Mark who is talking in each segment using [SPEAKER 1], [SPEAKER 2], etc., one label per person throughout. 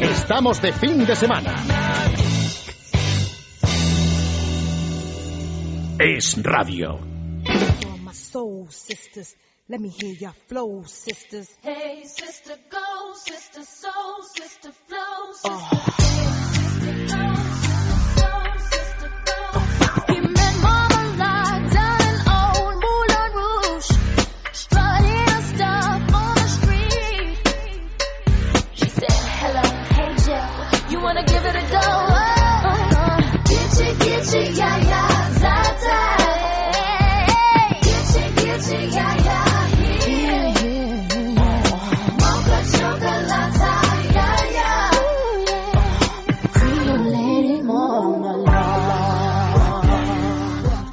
[SPEAKER 1] Estamos de fin de semana. Es radio.
[SPEAKER 2] all Oh, my soul sisters. Let me hear your flow, sisters.
[SPEAKER 3] Hey, sister, go, sister, soul, sister, flow, sister. Yeah, yeah, that, that. Get you, get you, yeah, yeah, here. Mocha chocolata, yeah, yeah. Creole lady, mama, la.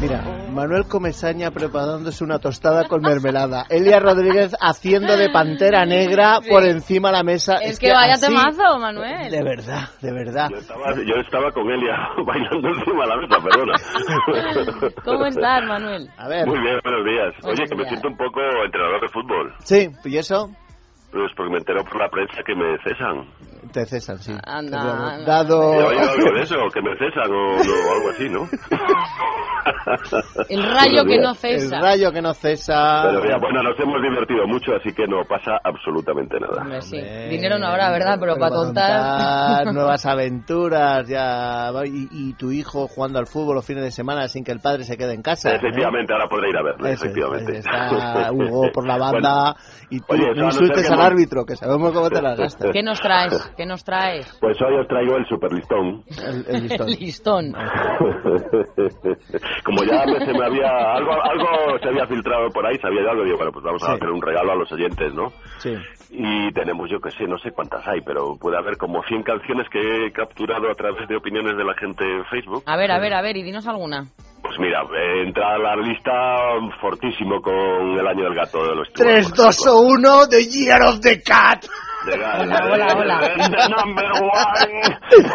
[SPEAKER 4] Mira, Manuel Comesaña preparándose una tostada con mermelada. Elia Rodríguez haciendo de pantera negra por encima la mesa.
[SPEAKER 5] Es que vaya
[SPEAKER 4] así-
[SPEAKER 5] temazo, ¿eh? Manuel.
[SPEAKER 4] De verdad, de verdad.
[SPEAKER 6] Yo estaba, yo estaba con Elia bailando encima de la mesa, perdona.
[SPEAKER 5] ¿Cómo estás, Manuel?
[SPEAKER 4] A ver.
[SPEAKER 6] Muy bien, buenos días.
[SPEAKER 5] Buenos
[SPEAKER 6] Oye, que me
[SPEAKER 5] días.
[SPEAKER 6] siento un poco entrenador de fútbol.
[SPEAKER 4] Sí, ¿y eso?
[SPEAKER 6] Pues porque me entero por la prensa que me cesan.
[SPEAKER 4] Te cesan, sí.
[SPEAKER 5] Anda,
[SPEAKER 4] Te digo,
[SPEAKER 5] anda.
[SPEAKER 4] Dado...
[SPEAKER 6] ¿He oído algo de eso? ¿Que me cesan o, o algo así, no?
[SPEAKER 5] El rayo
[SPEAKER 6] Buenos
[SPEAKER 5] que
[SPEAKER 6] días.
[SPEAKER 5] no
[SPEAKER 4] El
[SPEAKER 5] cesa.
[SPEAKER 4] rayo que no cesa.
[SPEAKER 6] Pero mira, bueno, nos hemos divertido mucho, así que no pasa absolutamente nada.
[SPEAKER 5] Hombre, sí.
[SPEAKER 4] Hombre,
[SPEAKER 5] Dinero no habrá, ¿verdad? Pero para contar.
[SPEAKER 4] nuevas aventuras, ya. Y, y tu hijo jugando al fútbol los fines de semana sin que el padre se quede en casa. ¿eh?
[SPEAKER 6] Efectivamente, ahora podré ir a verlo,
[SPEAKER 4] Eso es,
[SPEAKER 6] efectivamente.
[SPEAKER 4] Está Hugo por la banda y tú
[SPEAKER 6] Oye, eso
[SPEAKER 4] no
[SPEAKER 6] a no ser
[SPEAKER 4] insultes
[SPEAKER 6] que
[SPEAKER 4] al
[SPEAKER 6] no-
[SPEAKER 4] árbitro, que sabemos cómo te las gastas.
[SPEAKER 5] ¿Qué nos traes? ¿Qué nos traes?
[SPEAKER 6] Bueno, pues hoy os traigo el superlistón.
[SPEAKER 4] El, el listón.
[SPEAKER 5] Listón.
[SPEAKER 6] Como ya me, se me había algo, algo se había filtrado por ahí, sabía yo algo, digo, bueno, pues vamos
[SPEAKER 4] Sí.
[SPEAKER 6] a hacer un regalo a los oyentes, ¿no?
[SPEAKER 4] Sí.
[SPEAKER 6] Y tenemos, yo que sé, no sé cuántas hay, pero puede haber como 100 canciones que he capturado a través de opiniones de la gente en
[SPEAKER 4] Ah.
[SPEAKER 6] Facebook.
[SPEAKER 5] A ver, a ver, a ver, y dinos alguna.
[SPEAKER 6] Pues mira, eh, entra a la lista fortísimo con el año del gato de los
[SPEAKER 4] 3,
[SPEAKER 6] Tiburones.
[SPEAKER 4] 2, 1, The Year of the Cat.
[SPEAKER 6] De Este la-
[SPEAKER 5] Hola, hola, hola.
[SPEAKER 6] The number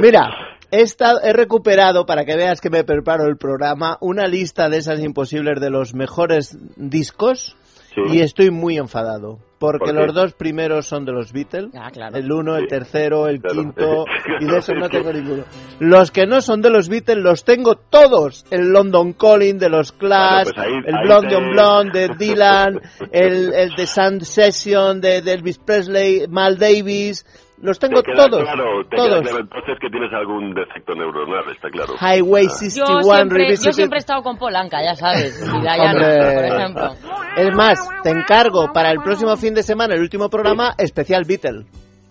[SPEAKER 4] Mira, he, esta- he recuperado, para que veas que me preparo el programa, una lista de esas imposibles de los mejores discos
[SPEAKER 6] Sí.
[SPEAKER 4] y estoy muy enfadado. Porque
[SPEAKER 6] ¿Por qué?
[SPEAKER 4] los dos primeros son de los Beatles,
[SPEAKER 5] Ah, claro.
[SPEAKER 4] el uno, el
[SPEAKER 6] Sí.
[SPEAKER 4] tercero, el
[SPEAKER 6] Claro.
[SPEAKER 4] quinto, y de eso no
[SPEAKER 6] Es que-
[SPEAKER 4] tengo ninguno. Los que no son de los Beatles los tengo todos, el London Calling de los Clash,
[SPEAKER 6] Bueno, pues ahí-
[SPEAKER 4] el
[SPEAKER 6] ahí
[SPEAKER 4] Blonde
[SPEAKER 6] te-
[SPEAKER 4] on Blonde de Dylan, el, el The Sound Session de, de Elvis Presley, Mal Davis, los tengo
[SPEAKER 6] Te queda
[SPEAKER 4] todos,
[SPEAKER 6] Claro, te queda
[SPEAKER 4] todos.
[SPEAKER 6] claro entonces que tienes algún defecto neuronal, está claro. Ah,
[SPEAKER 4] Highway
[SPEAKER 5] Yo
[SPEAKER 4] 61
[SPEAKER 5] siempre, yo
[SPEAKER 4] Revisited.
[SPEAKER 5] siempre he estado con Polanca, ya sabes. Y Dayana,
[SPEAKER 4] Hombre.
[SPEAKER 5] por ejemplo.
[SPEAKER 4] Es más, te encargo para el próximo fin de semana, el último programa, especial Beatle.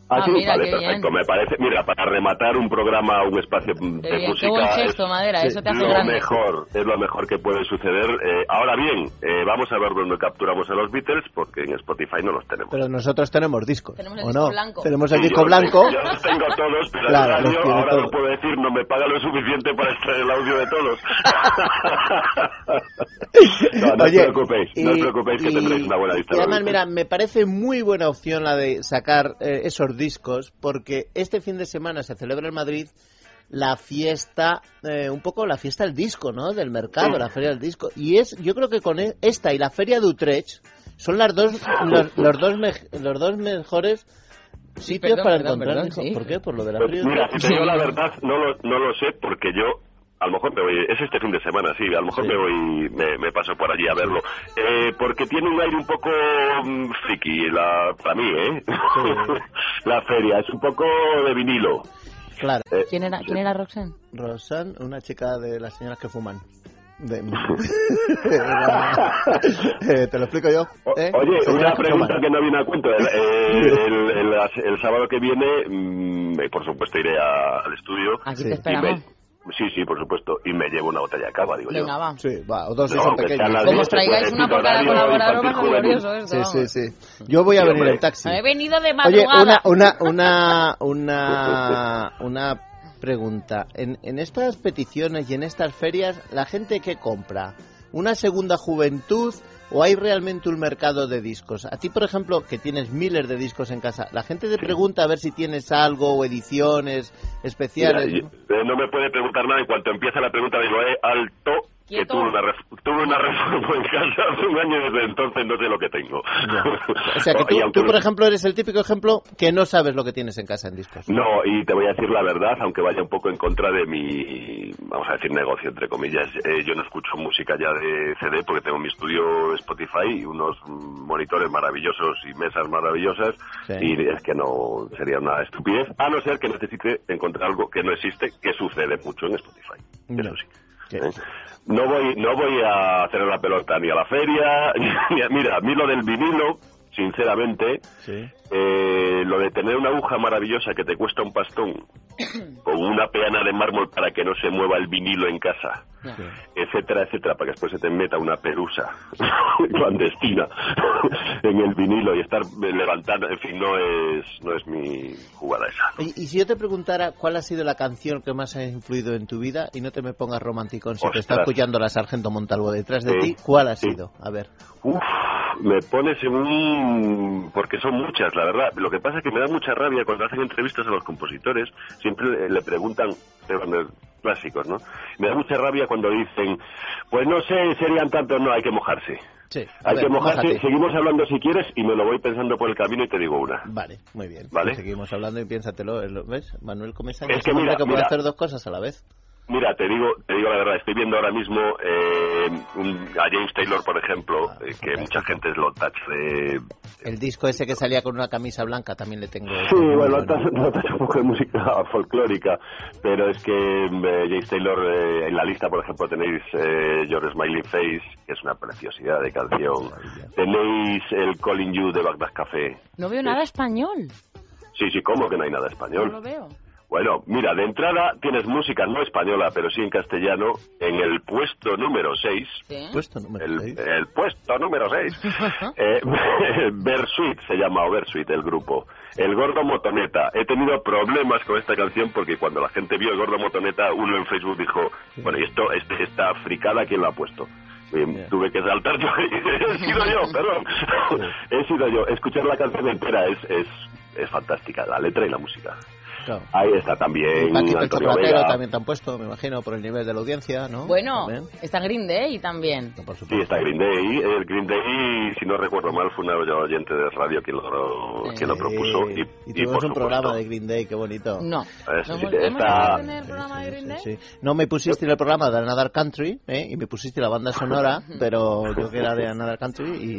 [SPEAKER 5] Ah,
[SPEAKER 6] sí,
[SPEAKER 5] mira,
[SPEAKER 6] vale,
[SPEAKER 5] qué
[SPEAKER 6] perfecto.
[SPEAKER 5] bien.
[SPEAKER 6] Me parece, mira, para rematar un programa, un espacio mm,
[SPEAKER 5] Qué
[SPEAKER 6] de
[SPEAKER 5] bien, qué
[SPEAKER 6] música.
[SPEAKER 5] buen
[SPEAKER 6] es
[SPEAKER 5] gesto, Madera, eso te hace
[SPEAKER 6] lo
[SPEAKER 5] grande.
[SPEAKER 6] mejor, es lo mejor que puede suceder. Eh, ahora bien, eh, vamos a ver dónde capturamos a los Beatles, porque en Spotify no los tenemos.
[SPEAKER 4] Pero nosotros tenemos discos.
[SPEAKER 5] Tenemos el
[SPEAKER 4] ¿o
[SPEAKER 5] disco
[SPEAKER 4] no?
[SPEAKER 5] blanco.
[SPEAKER 4] Tenemos
[SPEAKER 6] Sí,
[SPEAKER 4] el disco
[SPEAKER 6] yo los
[SPEAKER 4] blanco.
[SPEAKER 6] tengo- Yo los tengo todos, pero
[SPEAKER 4] Claro, los
[SPEAKER 6] el radio
[SPEAKER 4] tiene
[SPEAKER 6] ahora
[SPEAKER 4] todos.
[SPEAKER 6] no puedo decir, no me paga lo suficiente para extraer el audio de todos. no, no
[SPEAKER 4] Oye,
[SPEAKER 6] os preocupéis, no os
[SPEAKER 4] y-
[SPEAKER 6] preocupéis que
[SPEAKER 4] y-
[SPEAKER 6] tendréis una buena lista.
[SPEAKER 4] Y
[SPEAKER 6] de
[SPEAKER 4] además, mira,
[SPEAKER 6] Beatles.
[SPEAKER 4] me parece muy buena opción la de sacar eh, esos discos, porque este fin de semana se celebra en Madrid la fiesta, eh, un poco la fiesta del disco, ¿no? Del mercado,
[SPEAKER 6] Sí.
[SPEAKER 4] la feria del disco. Y es, yo creo que con e- esta y la feria de Utrecht son las dos, los, los dos, mej- los dos mejores sitios
[SPEAKER 5] perdón,
[SPEAKER 4] para
[SPEAKER 5] perdón,
[SPEAKER 4] encontrar
[SPEAKER 5] perdón,
[SPEAKER 4] discos.
[SPEAKER 5] sí.
[SPEAKER 4] ¿Por qué? Por lo de la
[SPEAKER 6] Pues
[SPEAKER 4] feria de
[SPEAKER 6] mira, si
[SPEAKER 4] Utrecht.
[SPEAKER 6] te digo la verdad, no lo, no lo sé porque yo, a lo mejor me voy, es este fin de semana, sí, a lo mejor
[SPEAKER 4] Sí.
[SPEAKER 6] me voy, me, me paso por allí a verlo. Eh, porque tiene un aire un poco mm, friki, la, para mí, ¿eh? la feria, es un poco de vinilo.
[SPEAKER 4] Claro.
[SPEAKER 6] Eh,
[SPEAKER 5] ¿Quién era, quién era Roxanne?
[SPEAKER 4] Rosan, una chica de las señoras que fuman. De- Era- Eh, te lo explico yo.
[SPEAKER 6] o-
[SPEAKER 4] ¿eh?
[SPEAKER 6] Oye,
[SPEAKER 4] Señoras
[SPEAKER 6] una
[SPEAKER 4] que
[SPEAKER 6] pregunta
[SPEAKER 4] fuman.
[SPEAKER 6] que no viene a cuento. El, eh, el- el- el sábado que viene, mm, eh, por supuesto, iré a- al estudio.
[SPEAKER 4] Sí.
[SPEAKER 5] Aquí te
[SPEAKER 6] y me-
[SPEAKER 5] Ah, esperamos.
[SPEAKER 6] sí, sí, por supuesto. Y me llevo una botella de cava, digo
[SPEAKER 5] Venga,
[SPEAKER 6] yo.
[SPEAKER 5] va.
[SPEAKER 4] Sí, va, o dos sí
[SPEAKER 6] No,
[SPEAKER 4] son
[SPEAKER 6] aunque sean
[SPEAKER 4] pequeños.
[SPEAKER 6] las
[SPEAKER 5] Como os
[SPEAKER 6] diez,
[SPEAKER 5] traigáis
[SPEAKER 6] pues,
[SPEAKER 5] una
[SPEAKER 6] el
[SPEAKER 5] por cada
[SPEAKER 6] horario
[SPEAKER 5] colaborador, va a
[SPEAKER 6] infantil
[SPEAKER 5] ser glorioso
[SPEAKER 6] juvenil.
[SPEAKER 5] esto.
[SPEAKER 4] Sí, sí,
[SPEAKER 5] vamos.
[SPEAKER 4] sí. Yo voy a
[SPEAKER 6] Sí,
[SPEAKER 4] venir
[SPEAKER 6] hombre.
[SPEAKER 4] en taxi.
[SPEAKER 5] He venido de
[SPEAKER 4] Oye,
[SPEAKER 5] madrugada.
[SPEAKER 4] una, una, una, una, una pregunta. En, en estas peticiones y en estas ferias, ¿la gente qué compra? ¿Una segunda juventud o hay realmente un mercado de discos? A ti, por ejemplo, que tienes miles de discos en casa, ¿la gente te pregunta a ver si tienes algo o ediciones
[SPEAKER 6] Mira,
[SPEAKER 4] especiales?
[SPEAKER 6] yo- eh, no me puede preguntar nada. En cuanto empieza la pregunta, digo, eh, alto, que
[SPEAKER 5] Quieto.
[SPEAKER 6] tuve una, ref- tuve una reforma en casa hace un año y desde entonces no sé lo que tengo.
[SPEAKER 4] O sea, que
[SPEAKER 6] Y
[SPEAKER 4] tú,
[SPEAKER 6] aunque
[SPEAKER 4] tú, por
[SPEAKER 6] no-
[SPEAKER 4] ejemplo, eres el típico ejemplo que no sabes lo que tienes en casa en discos.
[SPEAKER 6] No, y te voy a decir la verdad, aunque vaya un poco en contra de mi, vamos a decir, negocio, entre comillas. eh, yo no escucho música ya de CD porque tengo mi estudio Spotify y unos mm, monitores maravillosos y mesas maravillosas.
[SPEAKER 4] Sí.
[SPEAKER 6] Y es que no sería una estupidez, a no ser que necesite encontrar algo que no existe, que sucede mucho en Spotify. Eso sí.
[SPEAKER 4] Que-
[SPEAKER 6] ¿eh? No voy, no voy a hacer la pelota ni a la feria. ni a- mira, a mí lo del vinilo, sinceramente,
[SPEAKER 4] sí.
[SPEAKER 6] eh, lo de tener una aguja maravillosa que te cuesta un pastón con una peana de mármol para que no se mueva el vinilo en casa,
[SPEAKER 4] Sí.
[SPEAKER 6] etcétera, etcétera, para que después se te meta una pelusa clandestina en el vinilo y estar levantando, en fin, no es, no es mi jugada esa. ¿no?
[SPEAKER 4] Y, y si yo te preguntara cuál ha sido la canción que más ha influido en tu vida, y no te me pongas romántico si te está
[SPEAKER 6] Ostras.
[SPEAKER 4] escuchando la Sargento Montalvo detrás de
[SPEAKER 6] Sí.
[SPEAKER 4] ti, ¿cuál ha
[SPEAKER 6] Sí.
[SPEAKER 4] sido? A ver.
[SPEAKER 6] Uf, me pones en un... porque son muchas, la verdad. Lo que pasa es que me da mucha rabia cuando hacen entrevistas a los compositores, siempre le, le preguntan temas de clásicos, ¿no? Me da mucha rabia cuando dicen, pues no sé, serían tantos, no, hay que mojarse.
[SPEAKER 4] Sí, a
[SPEAKER 6] Hay
[SPEAKER 4] ver,
[SPEAKER 6] que mojarse,
[SPEAKER 4] mójate.
[SPEAKER 6] seguimos hablando si quieres y me lo voy pensando por el camino y te digo una.
[SPEAKER 4] Vale, muy bien.
[SPEAKER 6] Vale.
[SPEAKER 4] Pues seguimos hablando y piénsatelo. es lo- ¿Ves? Manuel Comesaña
[SPEAKER 6] Es
[SPEAKER 4] es
[SPEAKER 6] que
[SPEAKER 4] un hombre
[SPEAKER 6] mira,
[SPEAKER 4] que puede
[SPEAKER 6] mira.
[SPEAKER 4] hacer dos cosas a la vez.
[SPEAKER 6] Mira, te digo, te digo la verdad, estoy viendo ahora mismo eh, un- a James Taylor, por ejemplo,
[SPEAKER 4] Ah,
[SPEAKER 6] eh, que
[SPEAKER 4] fantástico.
[SPEAKER 6] mucha gente lo tacha de
[SPEAKER 4] El disco ese que salía con una camisa blanca también le tengo.
[SPEAKER 6] Sí,
[SPEAKER 4] Muy
[SPEAKER 6] bueno,
[SPEAKER 4] Pues, bueno.
[SPEAKER 6] trata- trata un poco de música folclórica, pero es que eh, James Taylor, eh, en la lista, por ejemplo, tenéis eh, Your Smiley Face, que es una preciosidad de canción. Tenéis el Calling You de Bagdad Café.
[SPEAKER 5] No veo nada español.
[SPEAKER 6] Sí, sí, ¿cómo que no hay nada
[SPEAKER 5] No lo
[SPEAKER 6] español?
[SPEAKER 5] veo.
[SPEAKER 6] Bueno, mira, de entrada tienes música no española, pero sí en castellano, en el puesto número 6.
[SPEAKER 5] ¿Sí?
[SPEAKER 4] Puesto número seis.
[SPEAKER 6] El, eh, el puesto número 6. eh, Bersuit se llama, o Bersuit el grupo. El Gordo Motoneta. He tenido problemas con esta canción porque cuando la gente vio el Gordo Motoneta, uno en Facebook dijo, bueno, ¿y esto, este, esta fricada, ¿quién lo ha puesto? Y
[SPEAKER 4] Ya.
[SPEAKER 6] Tuve que saltar yo, he sido yo, perdón. he sido yo. Escuchar la canción entera es, es, es fantástica, la letra y la música.
[SPEAKER 4] Claro.
[SPEAKER 6] Ahí está
[SPEAKER 4] El
[SPEAKER 6] también
[SPEAKER 4] Paquito el
[SPEAKER 6] eh, Antonio
[SPEAKER 4] Chocolatero
[SPEAKER 6] Vega.
[SPEAKER 4] también te han puesto, me imagino, por el nivel de la audiencia, ¿no?
[SPEAKER 5] Bueno,
[SPEAKER 4] También.
[SPEAKER 5] está Green Day también.
[SPEAKER 4] No, por
[SPEAKER 6] Sí,
[SPEAKER 4] supuesto.
[SPEAKER 6] está Green Day. El Green Day, si no recuerdo mal, fue una oyente de radio quien lo, quien lo
[SPEAKER 4] Sí.
[SPEAKER 6] propuso.
[SPEAKER 4] Y
[SPEAKER 6] Y, y,
[SPEAKER 4] tuvimos
[SPEAKER 6] por
[SPEAKER 4] un programa
[SPEAKER 6] supuesto, Ah,
[SPEAKER 4] de Green Day, qué bonito.
[SPEAKER 5] No.
[SPEAKER 6] ver si
[SPEAKER 5] ¿No
[SPEAKER 6] te-
[SPEAKER 5] volvemos
[SPEAKER 6] esta-
[SPEAKER 5] a tener programa de Green Day?
[SPEAKER 4] Sí, sí. No me pusiste en el programa de Another Country ¿eh? y me pusiste la banda sonora, pero yo que era de Another Country y.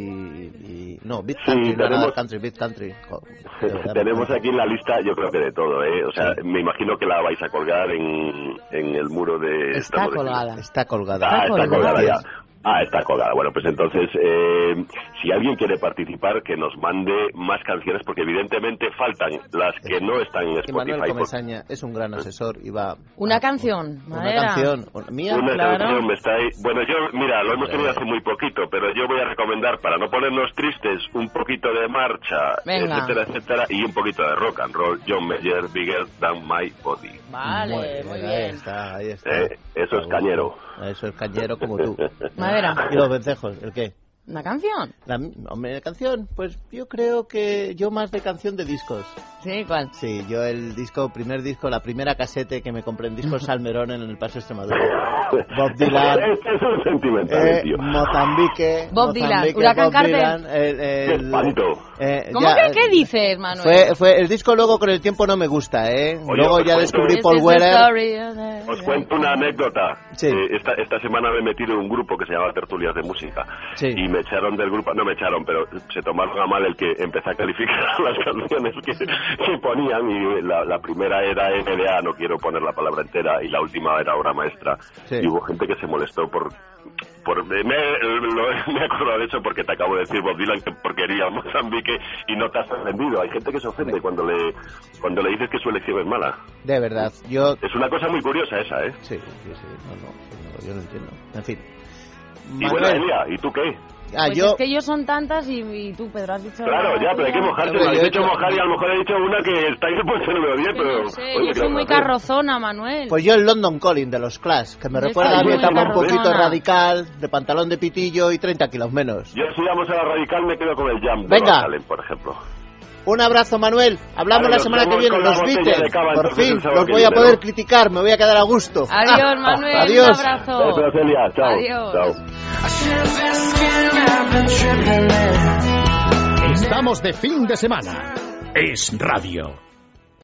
[SPEAKER 4] y- no, Beat
[SPEAKER 6] Sí,
[SPEAKER 4] Country, no
[SPEAKER 6] tenemos-
[SPEAKER 4] Another Country, Beat Country. Jo, de verdad,
[SPEAKER 6] Tenemos
[SPEAKER 4] me-
[SPEAKER 6] aquí en la lista, yo creo que de todo, ¿eh? O sea, me imagino que la vais a colgar en, en el muro de...
[SPEAKER 5] Está
[SPEAKER 6] estamos de-
[SPEAKER 5] colgada.
[SPEAKER 4] Está colgada.
[SPEAKER 6] Ah, está colgada ya.
[SPEAKER 4] Gracias.
[SPEAKER 6] Ah, está colgada. Bueno, pues entonces, eh, si alguien quiere participar, que nos mande más canciones, porque evidentemente faltan las que no están en
[SPEAKER 4] Y Manuel
[SPEAKER 6] Spotify. Ah. porque-
[SPEAKER 4] Comesaña es un gran asesor y va.
[SPEAKER 5] Una canción,
[SPEAKER 4] Una
[SPEAKER 5] madera.
[SPEAKER 4] canción. una- Mía.
[SPEAKER 6] Una
[SPEAKER 5] Claro.
[SPEAKER 6] canción me está ahí- Bueno, yo, mira, lo hemos tenido hace muy poquito, pero yo voy a recomendar, para no ponernos tristes, un poquito de marcha,
[SPEAKER 5] Venga.
[SPEAKER 6] etcétera, etcétera, y un poquito de rock and roll. John Mayer, Bigger Than My Body.
[SPEAKER 5] Vale, muy
[SPEAKER 4] Ahí
[SPEAKER 5] bien.
[SPEAKER 4] está, ahí está.
[SPEAKER 6] Eh, eso es cañero.
[SPEAKER 4] Eso es cañero como tú.
[SPEAKER 5] Madera,
[SPEAKER 4] ¿Y los vencejos? ¿El qué?
[SPEAKER 5] una canción.
[SPEAKER 4] La, hombre, ¿la canción, pues yo creo que yo más de canción de discos.
[SPEAKER 5] Sí, ¿cuál?
[SPEAKER 4] Sí, yo el disco, primer disco, la primera casete que me compré en disco Salmerón en el Paso Extremadura. Bob Dylan,
[SPEAKER 6] Este es un sentimental,
[SPEAKER 4] eh,
[SPEAKER 6] tío.
[SPEAKER 4] Mozambique,
[SPEAKER 5] Bob Dylan,
[SPEAKER 4] Mozambique,
[SPEAKER 5] Huracán
[SPEAKER 4] Bob
[SPEAKER 5] Carter.
[SPEAKER 4] Dylan, el-
[SPEAKER 6] Qué
[SPEAKER 4] el-
[SPEAKER 6] espanto.
[SPEAKER 4] eh,
[SPEAKER 5] ¿Cómo
[SPEAKER 4] ya,
[SPEAKER 5] que qué
[SPEAKER 4] eh,
[SPEAKER 5] dices, Manuel?
[SPEAKER 4] Fue, fue el disco luego con el tiempo no me gusta, ¿eh?
[SPEAKER 6] Oye,
[SPEAKER 4] luego
[SPEAKER 6] os
[SPEAKER 4] ya
[SPEAKER 6] cuento-
[SPEAKER 4] descubrí
[SPEAKER 5] This
[SPEAKER 4] Paul
[SPEAKER 5] is the
[SPEAKER 4] Weller.
[SPEAKER 5] story of the-
[SPEAKER 6] Os cuento una anécdota.
[SPEAKER 4] Sí.
[SPEAKER 6] Eh, esta, esta semana me he metido en un grupo que se llama Tertulias de Música.
[SPEAKER 4] Sí.
[SPEAKER 6] Y me echaron del grupo, no me echaron, pero se tomaron a mal el que empecé a calificar las canciones que, que ponían. Y la, la primera era NDA, no quiero poner la palabra entera, y la última era obra maestra.
[SPEAKER 4] Sí.
[SPEAKER 6] Y hubo gente que se molestó por. por me, lo- me he acordado de eso porque te acabo de decir, Bob Dylan, que porquería Mozambique y no te has sorprendido. Hay gente que se ofende cuando le, cuando le dices que su elección es mala.
[SPEAKER 4] De verdad, yo
[SPEAKER 6] Es una cosa muy curiosa esa, ¿eh?
[SPEAKER 4] Sí, sí, sí. No, no, no, yo no entiendo. En fin.
[SPEAKER 6] Y bueno,
[SPEAKER 4] Manuel,
[SPEAKER 6] Elia, ¿y tú qué?
[SPEAKER 4] ah,
[SPEAKER 5] Pues
[SPEAKER 4] yo,
[SPEAKER 5] es que yo son tantas y, y tú, Pedro, has dicho...
[SPEAKER 6] Claro, ya, pero hay que mojarse.
[SPEAKER 4] Hombre,
[SPEAKER 6] Me
[SPEAKER 4] yo
[SPEAKER 6] habéis
[SPEAKER 4] he
[SPEAKER 6] dicho
[SPEAKER 4] hecho-
[SPEAKER 6] mojar y a lo mejor he dicho una que estáis pues en el bien,
[SPEAKER 5] Yo
[SPEAKER 6] pero...
[SPEAKER 5] no sé,
[SPEAKER 6] oye,
[SPEAKER 5] yo soy
[SPEAKER 6] ¿qué vamos a
[SPEAKER 5] muy
[SPEAKER 6] hacer?
[SPEAKER 5] carrozona, Manuel.
[SPEAKER 4] pues yo el London Calling de los Clash, que me
[SPEAKER 5] Yo
[SPEAKER 4] recuerda a
[SPEAKER 5] soy
[SPEAKER 4] mi
[SPEAKER 5] muy
[SPEAKER 4] etapa un poquito
[SPEAKER 5] cabezona.
[SPEAKER 4] radical, de pantalón de pitillo y 30 kilos menos.
[SPEAKER 6] Yo si vamos a la radical me quedo con el jam de
[SPEAKER 4] Venga.
[SPEAKER 6] Van Halen, por ejemplo.
[SPEAKER 4] Un abrazo, Manuel. Hablamos la
[SPEAKER 6] Vale, nos
[SPEAKER 4] semana que
[SPEAKER 6] vemos
[SPEAKER 4] viene.
[SPEAKER 6] con la
[SPEAKER 4] Los
[SPEAKER 6] botella
[SPEAKER 4] Beatles.
[SPEAKER 6] de cava,
[SPEAKER 4] Por
[SPEAKER 6] entonces,
[SPEAKER 4] fin,
[SPEAKER 6] el sábado
[SPEAKER 4] los
[SPEAKER 6] que
[SPEAKER 4] voy a
[SPEAKER 6] viene,
[SPEAKER 4] poder
[SPEAKER 6] ¿no?
[SPEAKER 4] criticar. Me voy a quedar a gusto.
[SPEAKER 5] Adiós, Manuel. Un
[SPEAKER 4] Adiós.
[SPEAKER 5] abrazo.
[SPEAKER 6] Gracias, Celia. Chao.
[SPEAKER 5] Adiós.
[SPEAKER 6] Chao.
[SPEAKER 1] Estamos de fin de semana. Es radio.